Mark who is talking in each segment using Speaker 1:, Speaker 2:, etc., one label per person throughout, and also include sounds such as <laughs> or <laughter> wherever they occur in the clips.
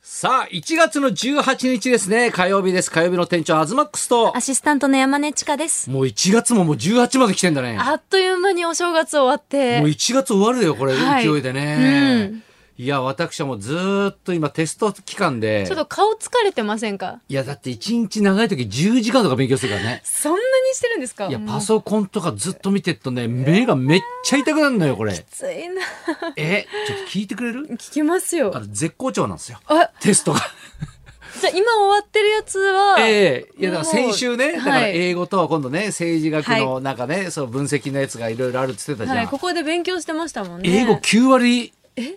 Speaker 1: さあ、1月の18日ですね。火曜日です。火曜日の店長、アズマックスと
Speaker 2: ア。シスタントの山根千佳です。
Speaker 1: もう1月ももう18まで来てんだね。
Speaker 2: あっという間にお正月終わって
Speaker 1: もう。1月終わるよ、これ、
Speaker 2: はい
Speaker 1: 勢いでね。いや、私はもうずーっと今テスト期間で。
Speaker 2: ちょっと顔疲れてませんか
Speaker 1: いや、だって1日長い時10時間とか勉強するからね。
Speaker 2: そんなにしてるんですか
Speaker 1: いや、
Speaker 2: もう
Speaker 1: パソコンとかずっと見てるとね、目がめっちゃ痛くなるのよ、これ。
Speaker 2: <laughs> きついな。
Speaker 1: え、ちょっと聞いてくれる
Speaker 2: 聞きますよ
Speaker 1: あ。の絶好調なんですよ。
Speaker 2: あ、
Speaker 1: テストが。
Speaker 2: じゃあ今終わってるやつは、
Speaker 1: ええいやだから先週ね、
Speaker 2: も
Speaker 1: だ
Speaker 2: う
Speaker 1: から
Speaker 2: はい
Speaker 1: 英語と今度ね、政治学のなんかね、その分析のやつがいろいろあるって言ってたじゃん。
Speaker 2: はい、ここで勉強してましたもんね。
Speaker 1: 英語9割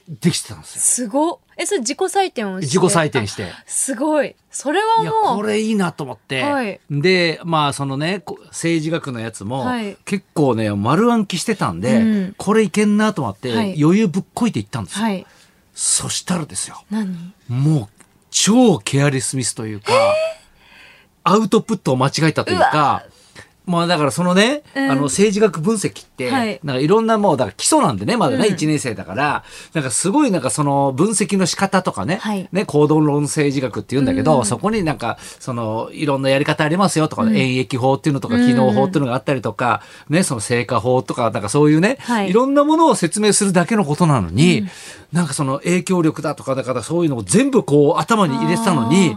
Speaker 1: できてたんですよ。
Speaker 2: すごっ。え、それ自己採点をして。
Speaker 1: 自己採点して。
Speaker 2: あ。すごい。それ
Speaker 1: いや、
Speaker 2: はも
Speaker 1: こ
Speaker 2: う、
Speaker 1: れいいなと思って。
Speaker 2: はい
Speaker 1: で、まあ、そのね、こ政治学のやつも
Speaker 2: はい、
Speaker 1: 結構ね、丸暗記してたんで、
Speaker 2: うん
Speaker 1: これいけんなと思って、
Speaker 2: はい
Speaker 1: 余裕ぶっこいていったんですよ。
Speaker 2: はい。
Speaker 1: そしたらですよ、
Speaker 2: 何
Speaker 1: もう、超ケアレスミスというか、アウトプットを間違えたという
Speaker 2: う
Speaker 1: か、まあだからそのね、
Speaker 2: うん
Speaker 1: あの政治学分析って、
Speaker 2: はい
Speaker 1: なんかいろんなもうだから基礎なんでね、まだね、
Speaker 2: うん
Speaker 1: 1年生だから、なんかすごいなんかその分析の仕方とかね、
Speaker 2: はい
Speaker 1: ね、行動論政治学って言うんだけど、そこになんかそのいろんなやり方ありますよとか、ね演疫法っていうのとか、機能法っていうのがあったりとか、ね、その成果法とか、なんかそういうね、
Speaker 2: はい
Speaker 1: い、ろんなものを説明するだけのことなのに、なんかその影響力だとか、だからそういうのを全部こう頭に入れてたのに、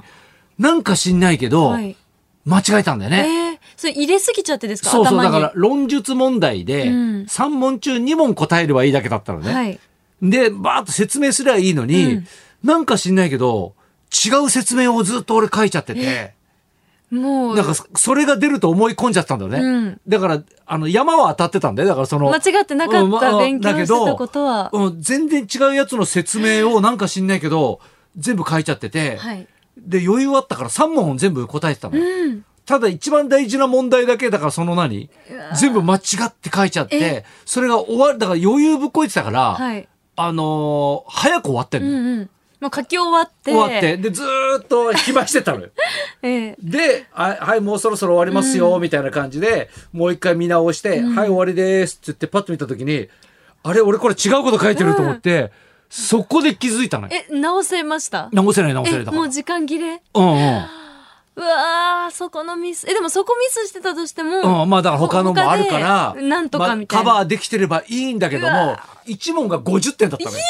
Speaker 1: なんか知んないけど、
Speaker 2: はい。
Speaker 1: 間違えたんだよ
Speaker 2: え
Speaker 1: ね。
Speaker 2: ー、それ入れすぎちゃってですか
Speaker 1: そうそう、
Speaker 2: 頭
Speaker 1: だ
Speaker 2: に
Speaker 1: から論述問題で、
Speaker 2: うん
Speaker 1: 3問中2問答えればいいだけだったのね。
Speaker 2: はい。
Speaker 1: で、バーッと説明すりゃいいのに、
Speaker 2: うん
Speaker 1: なんか知んないけど、違う説明をずっと俺書いちゃってて、
Speaker 2: もう、
Speaker 1: なんかそそれが出ると思い込んじゃったんだよね。
Speaker 2: うん
Speaker 1: だから、あの、山は当たってたんだよ。だからその、
Speaker 2: 間違ってなか
Speaker 1: うん
Speaker 2: っ
Speaker 1: ま
Speaker 2: た
Speaker 1: あ
Speaker 2: 勉強
Speaker 1: だけ
Speaker 2: して
Speaker 1: ど
Speaker 2: たことは、
Speaker 1: うん、全然違うやつの説明をなんか知んないけど、全部書いちゃってて、
Speaker 2: はい。
Speaker 1: で、余裕あったから3問全部答えてたのよ。
Speaker 2: うん。
Speaker 1: ただ一番大事な問題だけだからその何全部間違って書いちゃってそれが終わるだから余裕ぶっこいてたから、
Speaker 2: はい。
Speaker 1: あのー早く終わって
Speaker 2: うん
Speaker 1: の、
Speaker 2: うん。もう書き終わって。
Speaker 1: 終わってでずーっと暇してたのよ
Speaker 2: ええ
Speaker 1: で「あはいもうそろそろ終わりますよ」みたいな感じでもう一回見直して「はい終わりです」って言ってパッと見た時にあれ俺これ違うこと書いてると思って、そこで気づいたのよ
Speaker 2: え、直せました
Speaker 1: 直せない直せないだか
Speaker 2: も
Speaker 1: ら
Speaker 2: う時間切れ
Speaker 1: うんうん
Speaker 2: うわー、そこのミス。え、でもそこミスしてたとしても。
Speaker 1: うん、まあだから他のもあるか
Speaker 2: 他
Speaker 1: ら、
Speaker 2: でなんとかみたいな
Speaker 1: まあカバーできてればいいんだけど
Speaker 2: う
Speaker 1: も
Speaker 2: わ、
Speaker 1: 1問が50点だったのよ。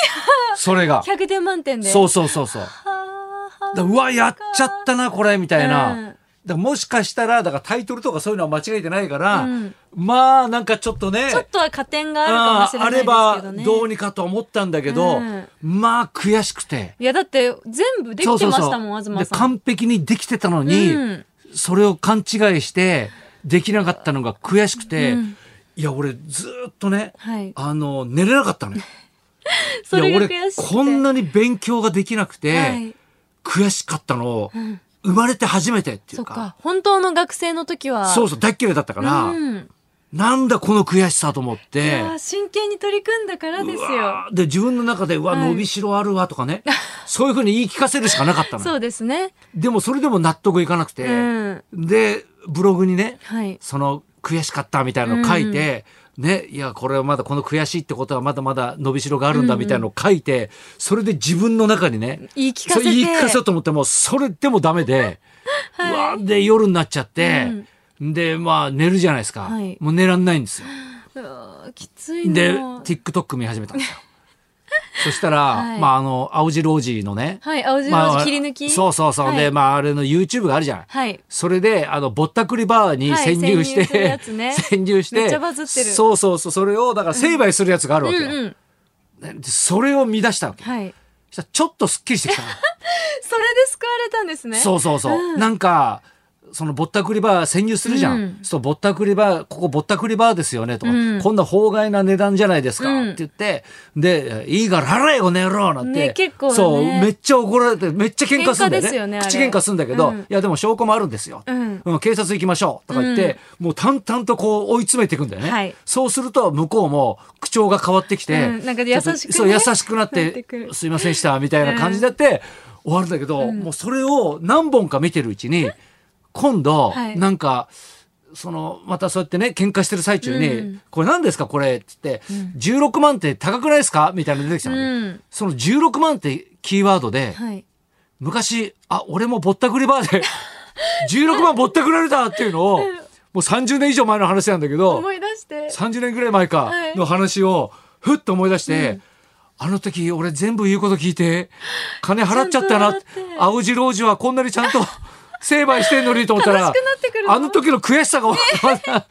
Speaker 1: それが。
Speaker 2: 100点満点で。。
Speaker 1: そううそうそうそう。
Speaker 2: は
Speaker 1: だうわ、やっちゃったな、これ、みたいな。
Speaker 2: うん
Speaker 1: だからもしかしたら、だからタイトルとかそういうのは間違えてないから、
Speaker 2: うん
Speaker 1: まあなんかちょっとね、
Speaker 2: ちょっとは加点があ
Speaker 1: あ
Speaker 2: る
Speaker 1: あ
Speaker 2: かもし
Speaker 1: れ
Speaker 2: れないです
Speaker 1: ば
Speaker 2: けどね。
Speaker 1: どうにかと思ったんだけど、
Speaker 2: うん
Speaker 1: まあ悔しくて。
Speaker 2: いや、だって全部できてましたもん、
Speaker 1: そうそうそう
Speaker 2: 東
Speaker 1: で
Speaker 2: さん。
Speaker 1: 完璧にできてたのに、
Speaker 2: うん
Speaker 1: それを勘違いしてできなかったのが悔しくて、
Speaker 2: うん
Speaker 1: いや俺ずーっとね、
Speaker 2: はい。
Speaker 1: あの寝れなかったのよ。
Speaker 2: <laughs> それ
Speaker 1: いや俺
Speaker 2: が悔しくて。
Speaker 1: こんなに勉強ができなくて、
Speaker 2: はい。
Speaker 1: 悔しかったの、
Speaker 2: ん
Speaker 1: 生まれて初めてってい
Speaker 2: そうっ
Speaker 1: か
Speaker 2: か。本当の学生の時は。
Speaker 1: そうそう大っ嫌いだったから、
Speaker 2: うん。
Speaker 1: なんだこの悔しさと思っ
Speaker 2: い
Speaker 1: て
Speaker 2: やー真剣に取り組んだからです
Speaker 1: う
Speaker 2: よ
Speaker 1: わ。ーで自分の中でうわ
Speaker 2: はい
Speaker 1: 伸びしろあるわとかね、そういうふうに言い聞かせるしかなかったの
Speaker 2: <laughs> そうですね。
Speaker 1: でもそれでも納得いかなくて、
Speaker 2: うん。
Speaker 1: でブログにね
Speaker 2: はい。
Speaker 1: その悔しかったみたいなのを書いて、ね、いや、これはまだこの悔しいってことはまだまだ伸びしろがあるんだみたいなのを書いて、それで自分の中にね、
Speaker 2: 言い聞か
Speaker 1: そ
Speaker 2: せ
Speaker 1: れ
Speaker 2: て。
Speaker 1: 言い聞かせようと思っても、それでもダメ
Speaker 2: <laughs>
Speaker 1: で、うわーで、夜になっちゃって、で、まあ、寝るじゃないですか。
Speaker 2: はい
Speaker 1: もう寝らんないんですよ。
Speaker 2: うわーきついな。
Speaker 1: で、TikTok 見始めたんですよ。 <laughs> そしたら、
Speaker 2: はい
Speaker 1: まあ、あの、青白王子のね、
Speaker 2: はい、青白
Speaker 1: ま
Speaker 2: 王
Speaker 1: あ
Speaker 2: 子切り抜き。
Speaker 1: そうそうそう。
Speaker 2: はい
Speaker 1: で、まあ、あれの YouTube があるじゃん。
Speaker 2: はい。
Speaker 1: それで、あの、ぼったくりバーに
Speaker 2: はい
Speaker 1: 潜入して、
Speaker 2: 潜入するやつね
Speaker 1: <laughs> 潜入して、
Speaker 2: めっちゃバズってる
Speaker 1: そうそうそう、それを、だから成敗するやつがある
Speaker 2: う
Speaker 1: わ
Speaker 2: ん
Speaker 1: けよ。
Speaker 2: うん。
Speaker 1: ねでそれを見出したわけ。
Speaker 2: はい。
Speaker 1: そしたらちょっとすっきりしてきたの。
Speaker 2: それで救われたんですね。
Speaker 1: そうそうそう。
Speaker 2: うん
Speaker 1: なんか、そのぼったくりバー潜入するじゃん。
Speaker 2: うん
Speaker 1: そう、ぼったくりバー、ここぼったくりバーですよね、とか、
Speaker 2: うん
Speaker 1: こんな法外な値段じゃないですか、
Speaker 2: うん
Speaker 1: って言って、で、いいから払え、この野郎なんて。
Speaker 2: ね結構ね
Speaker 1: そう、めっちゃ怒られて、めっちゃ喧嘩するんだよね。
Speaker 2: 喧嘩ですよねあれ
Speaker 1: 口喧嘩するんだけど、
Speaker 2: うん
Speaker 1: いや、でも証拠もあるんですよ。
Speaker 2: うん
Speaker 1: うん、警察行きましょうとか言って、もう淡々とこう追い詰めていくんだよね、
Speaker 2: はい
Speaker 1: そうすると向こうも口調が変わってきて、
Speaker 2: うんなんか優しくね
Speaker 1: ちょっとそう優しくなっ
Speaker 2: なって
Speaker 1: て
Speaker 2: くる
Speaker 1: すいませんでしたみたいな感じだって終わるんだけど、もうそれを何本か見てるうちに今度
Speaker 2: はい
Speaker 1: なんか、そのまたそうやってね喧嘩してる最中に「
Speaker 2: うん
Speaker 1: これ何ですかこれ」っつって、16万って高くないですか?」みたいなの出てきたのね、
Speaker 2: うん。
Speaker 1: その16万ってキーワードで
Speaker 2: はい。
Speaker 1: 昔、あ、俺もぼったくりバーで16万ぼったくられたっていうのを、もう30年以上前の話なんだけど、
Speaker 2: 思い出して
Speaker 1: 30年ぐらい前か
Speaker 2: はい
Speaker 1: の話をふっと思い出して、あの時俺全部言うこと聞いて金払っちゃったな
Speaker 2: ちゃんと払って
Speaker 1: 青白老女はこんなにちゃん
Speaker 2: <laughs>
Speaker 1: と成敗してんのにと思ったら
Speaker 2: 悲しくなってくるの
Speaker 1: あの時の悔しさが
Speaker 2: <laughs>
Speaker 1: また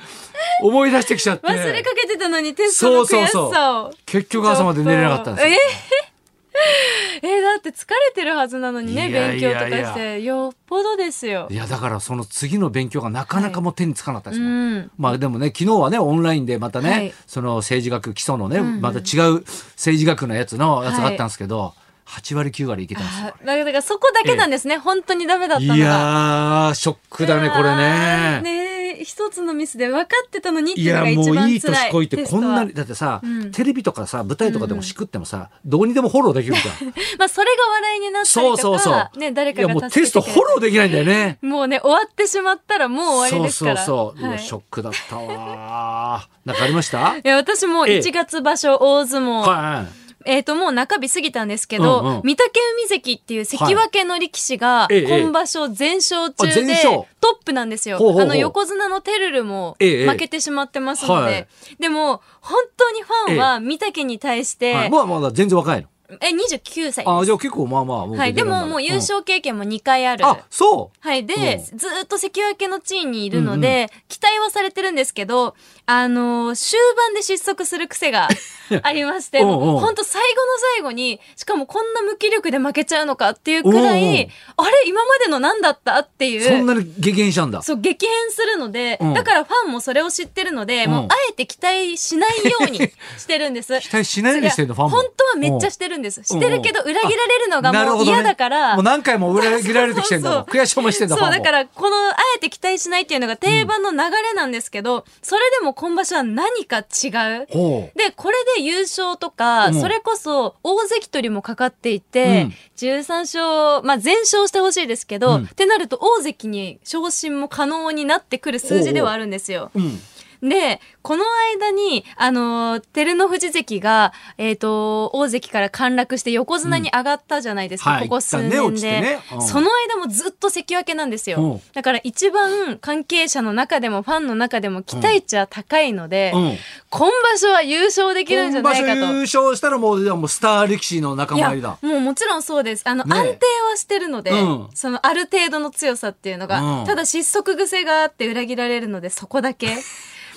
Speaker 1: 思い出してきちゃって
Speaker 2: 忘れかけてたのにテストの悔しさを
Speaker 1: 結局朝まで寝れなかったんですよ。
Speaker 2: <laughs> えーえーだって疲れてるはずなのにね
Speaker 1: いや
Speaker 2: 勉
Speaker 1: い
Speaker 2: 強
Speaker 1: や
Speaker 2: とか
Speaker 1: いや
Speaker 2: してよっぽどですよ
Speaker 1: いやだからその次の勉強がなかなかもう手につかなかったで
Speaker 2: う
Speaker 1: すね。
Speaker 2: ん
Speaker 1: まあでもね昨日はねオンラインでまたね、
Speaker 2: はい
Speaker 1: その政治学基礎のね、また違う政治学のやつのやつがあったんですけど、8割9割いけたんですよ
Speaker 2: あ
Speaker 1: こ
Speaker 2: だからだからそこだけなんですね、本当にダメだった
Speaker 1: れ
Speaker 2: のが
Speaker 1: いやーショックだねこれね
Speaker 2: ねえ一つのミスで分かってたのにって
Speaker 1: い
Speaker 2: いうの
Speaker 1: や
Speaker 2: が一
Speaker 1: も
Speaker 2: 番辛いう
Speaker 1: いい年こいて
Speaker 2: テス
Speaker 1: こ
Speaker 2: トは
Speaker 1: んなにだってさ、
Speaker 2: うん
Speaker 1: テレビとかさ舞台とかでもしくってもさ、どうにでもフォローできる
Speaker 2: <laughs>
Speaker 1: じゃん
Speaker 2: まあそれが笑いになったりと
Speaker 1: そ
Speaker 2: か
Speaker 1: うそうそう、
Speaker 2: ね誰
Speaker 1: い
Speaker 2: か
Speaker 1: やも
Speaker 2: が
Speaker 1: うテストフォ
Speaker 2: ロ
Speaker 1: ローできないんだよね
Speaker 2: ーもうね終わってしまったらもう終わりですから
Speaker 1: そうそうそう、
Speaker 2: はい
Speaker 1: や
Speaker 2: い、
Speaker 1: ショックだったわーなんかありました
Speaker 2: いや私も
Speaker 1: ええ
Speaker 2: 1月場所大相撲、
Speaker 1: は
Speaker 2: えっともう中日過ぎたんですけど、
Speaker 1: うんうん
Speaker 2: 御嶽海関っていう関脇の力士が
Speaker 1: ええ
Speaker 2: 今場所全勝中で
Speaker 1: あ全勝
Speaker 2: トップなんですよ。
Speaker 1: ほうほうほう
Speaker 2: あの横綱のテルルも
Speaker 1: ええ
Speaker 2: 負けてしまってますので、
Speaker 1: はい
Speaker 2: でも本当にファンは御嶽に対し
Speaker 1: い、
Speaker 2: て、
Speaker 1: はい、まあまだ全然若いの
Speaker 2: え29歳
Speaker 1: あじ
Speaker 2: です。
Speaker 1: ゃあ結構まあまあも
Speaker 2: はい、でももう優、勝経験も2回あ
Speaker 1: ベテ
Speaker 2: る。
Speaker 1: ランだうんあそう
Speaker 2: はい。で、
Speaker 1: う
Speaker 2: ずーっと関脇の地位にいるので、期待はされてるんですけど、あのー終盤で失速する
Speaker 1: <laughs>
Speaker 2: 癖がありまして、
Speaker 1: おうおう
Speaker 2: もうほんと最後の最後に、しかもこんな無気力で負けちゃうのかっていうくらい、
Speaker 1: おうおう
Speaker 2: あれ今までの何だったっていう。
Speaker 1: そんなに激減したんだ
Speaker 2: そう、激変するので、
Speaker 1: うん
Speaker 2: だからファンもそれを知ってるので、
Speaker 1: うん
Speaker 2: もうあえて期待しないよ
Speaker 1: <laughs>
Speaker 2: うにしてるんです。
Speaker 1: 期待しないようにしてんのファンも
Speaker 2: 本当はめっちゃしてるんです。してるけど、裏切られるのが
Speaker 1: なる
Speaker 2: もう
Speaker 1: ほどね
Speaker 2: 嫌だから、
Speaker 1: もう何回も
Speaker 2: <laughs>
Speaker 1: 裏切られてきてんだもん
Speaker 2: そうそうそう
Speaker 1: 悔しい思いしてんだフ
Speaker 2: そ
Speaker 1: ァン
Speaker 2: うだ
Speaker 1: も
Speaker 2: からこのあえて期待しないっていうのが定番の流れなんですけど、それでも今場所は何か違う。
Speaker 1: ほう
Speaker 2: でこれで優勝とか、
Speaker 1: うん
Speaker 2: それこそ大関取りもかかっていて、
Speaker 1: うん
Speaker 2: 13勝、まあ、全勝してほしいですけど、
Speaker 1: うん
Speaker 2: ってなると大関に昇進も可能になってくる数字ではあるんですよ。
Speaker 1: うん
Speaker 2: で、この間に、あのー照ノ富士関が、えっ、と、大関から陥落して横綱に上がったじゃないですか、
Speaker 1: うんはい
Speaker 2: ここ数年
Speaker 1: 一
Speaker 2: で、
Speaker 1: 旦ね落ちてねうん
Speaker 2: その間もずっと関脇なんですよ。
Speaker 1: うん
Speaker 2: だから一番関係者の中でもファンの中でも期待値は高いので、
Speaker 1: うん
Speaker 2: 今場所は優勝できるんじゃ
Speaker 1: 今場
Speaker 2: ない
Speaker 1: 所
Speaker 2: かと
Speaker 1: 優。勝したらもうでもスター力士の仲
Speaker 2: いや
Speaker 1: 間入りだ
Speaker 2: もうもちろんそうですあの、
Speaker 1: ねえ
Speaker 2: 安定はしてるので、
Speaker 1: うん
Speaker 2: そのある程度の強さっていうのが、
Speaker 1: うん
Speaker 2: ただ失速癖があって裏切られるのでそこだ
Speaker 1: <laughs>
Speaker 2: け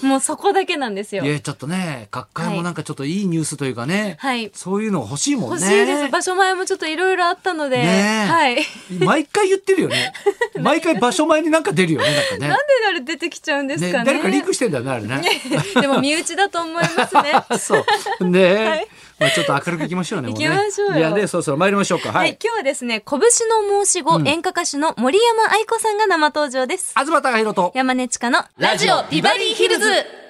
Speaker 2: もうそこだけなんですよ
Speaker 1: い。やちょっとね学会もなんかちょっといいニュースというかね、
Speaker 2: はい
Speaker 1: そういうの欲しいもんね
Speaker 2: 欲しいです。場所前もちょっといろいろあったので、
Speaker 1: ねえ
Speaker 2: はい。 <laughs>
Speaker 1: 毎回言ってるよね毎回場所前になんか出るよねなんかね
Speaker 2: なんであれ出てきちゃうんです
Speaker 1: ね
Speaker 2: かね。
Speaker 1: 誰かリークしてんだよねあれね
Speaker 2: <laughs> でも身内だと思います
Speaker 1: <laughs>
Speaker 2: ね。
Speaker 1: あそうね、
Speaker 2: はい
Speaker 1: まあちょっと明るくいきましょうねもね
Speaker 2: 行きましょうよ
Speaker 1: いやねそろそろ参りましょうか
Speaker 2: は、
Speaker 1: はいい、
Speaker 2: 今日はですね、拳の申し子、演歌歌手の森山愛子さんが生登場です。
Speaker 1: 東貴博と
Speaker 2: 山根ちかのラジオビバリーヒルズ。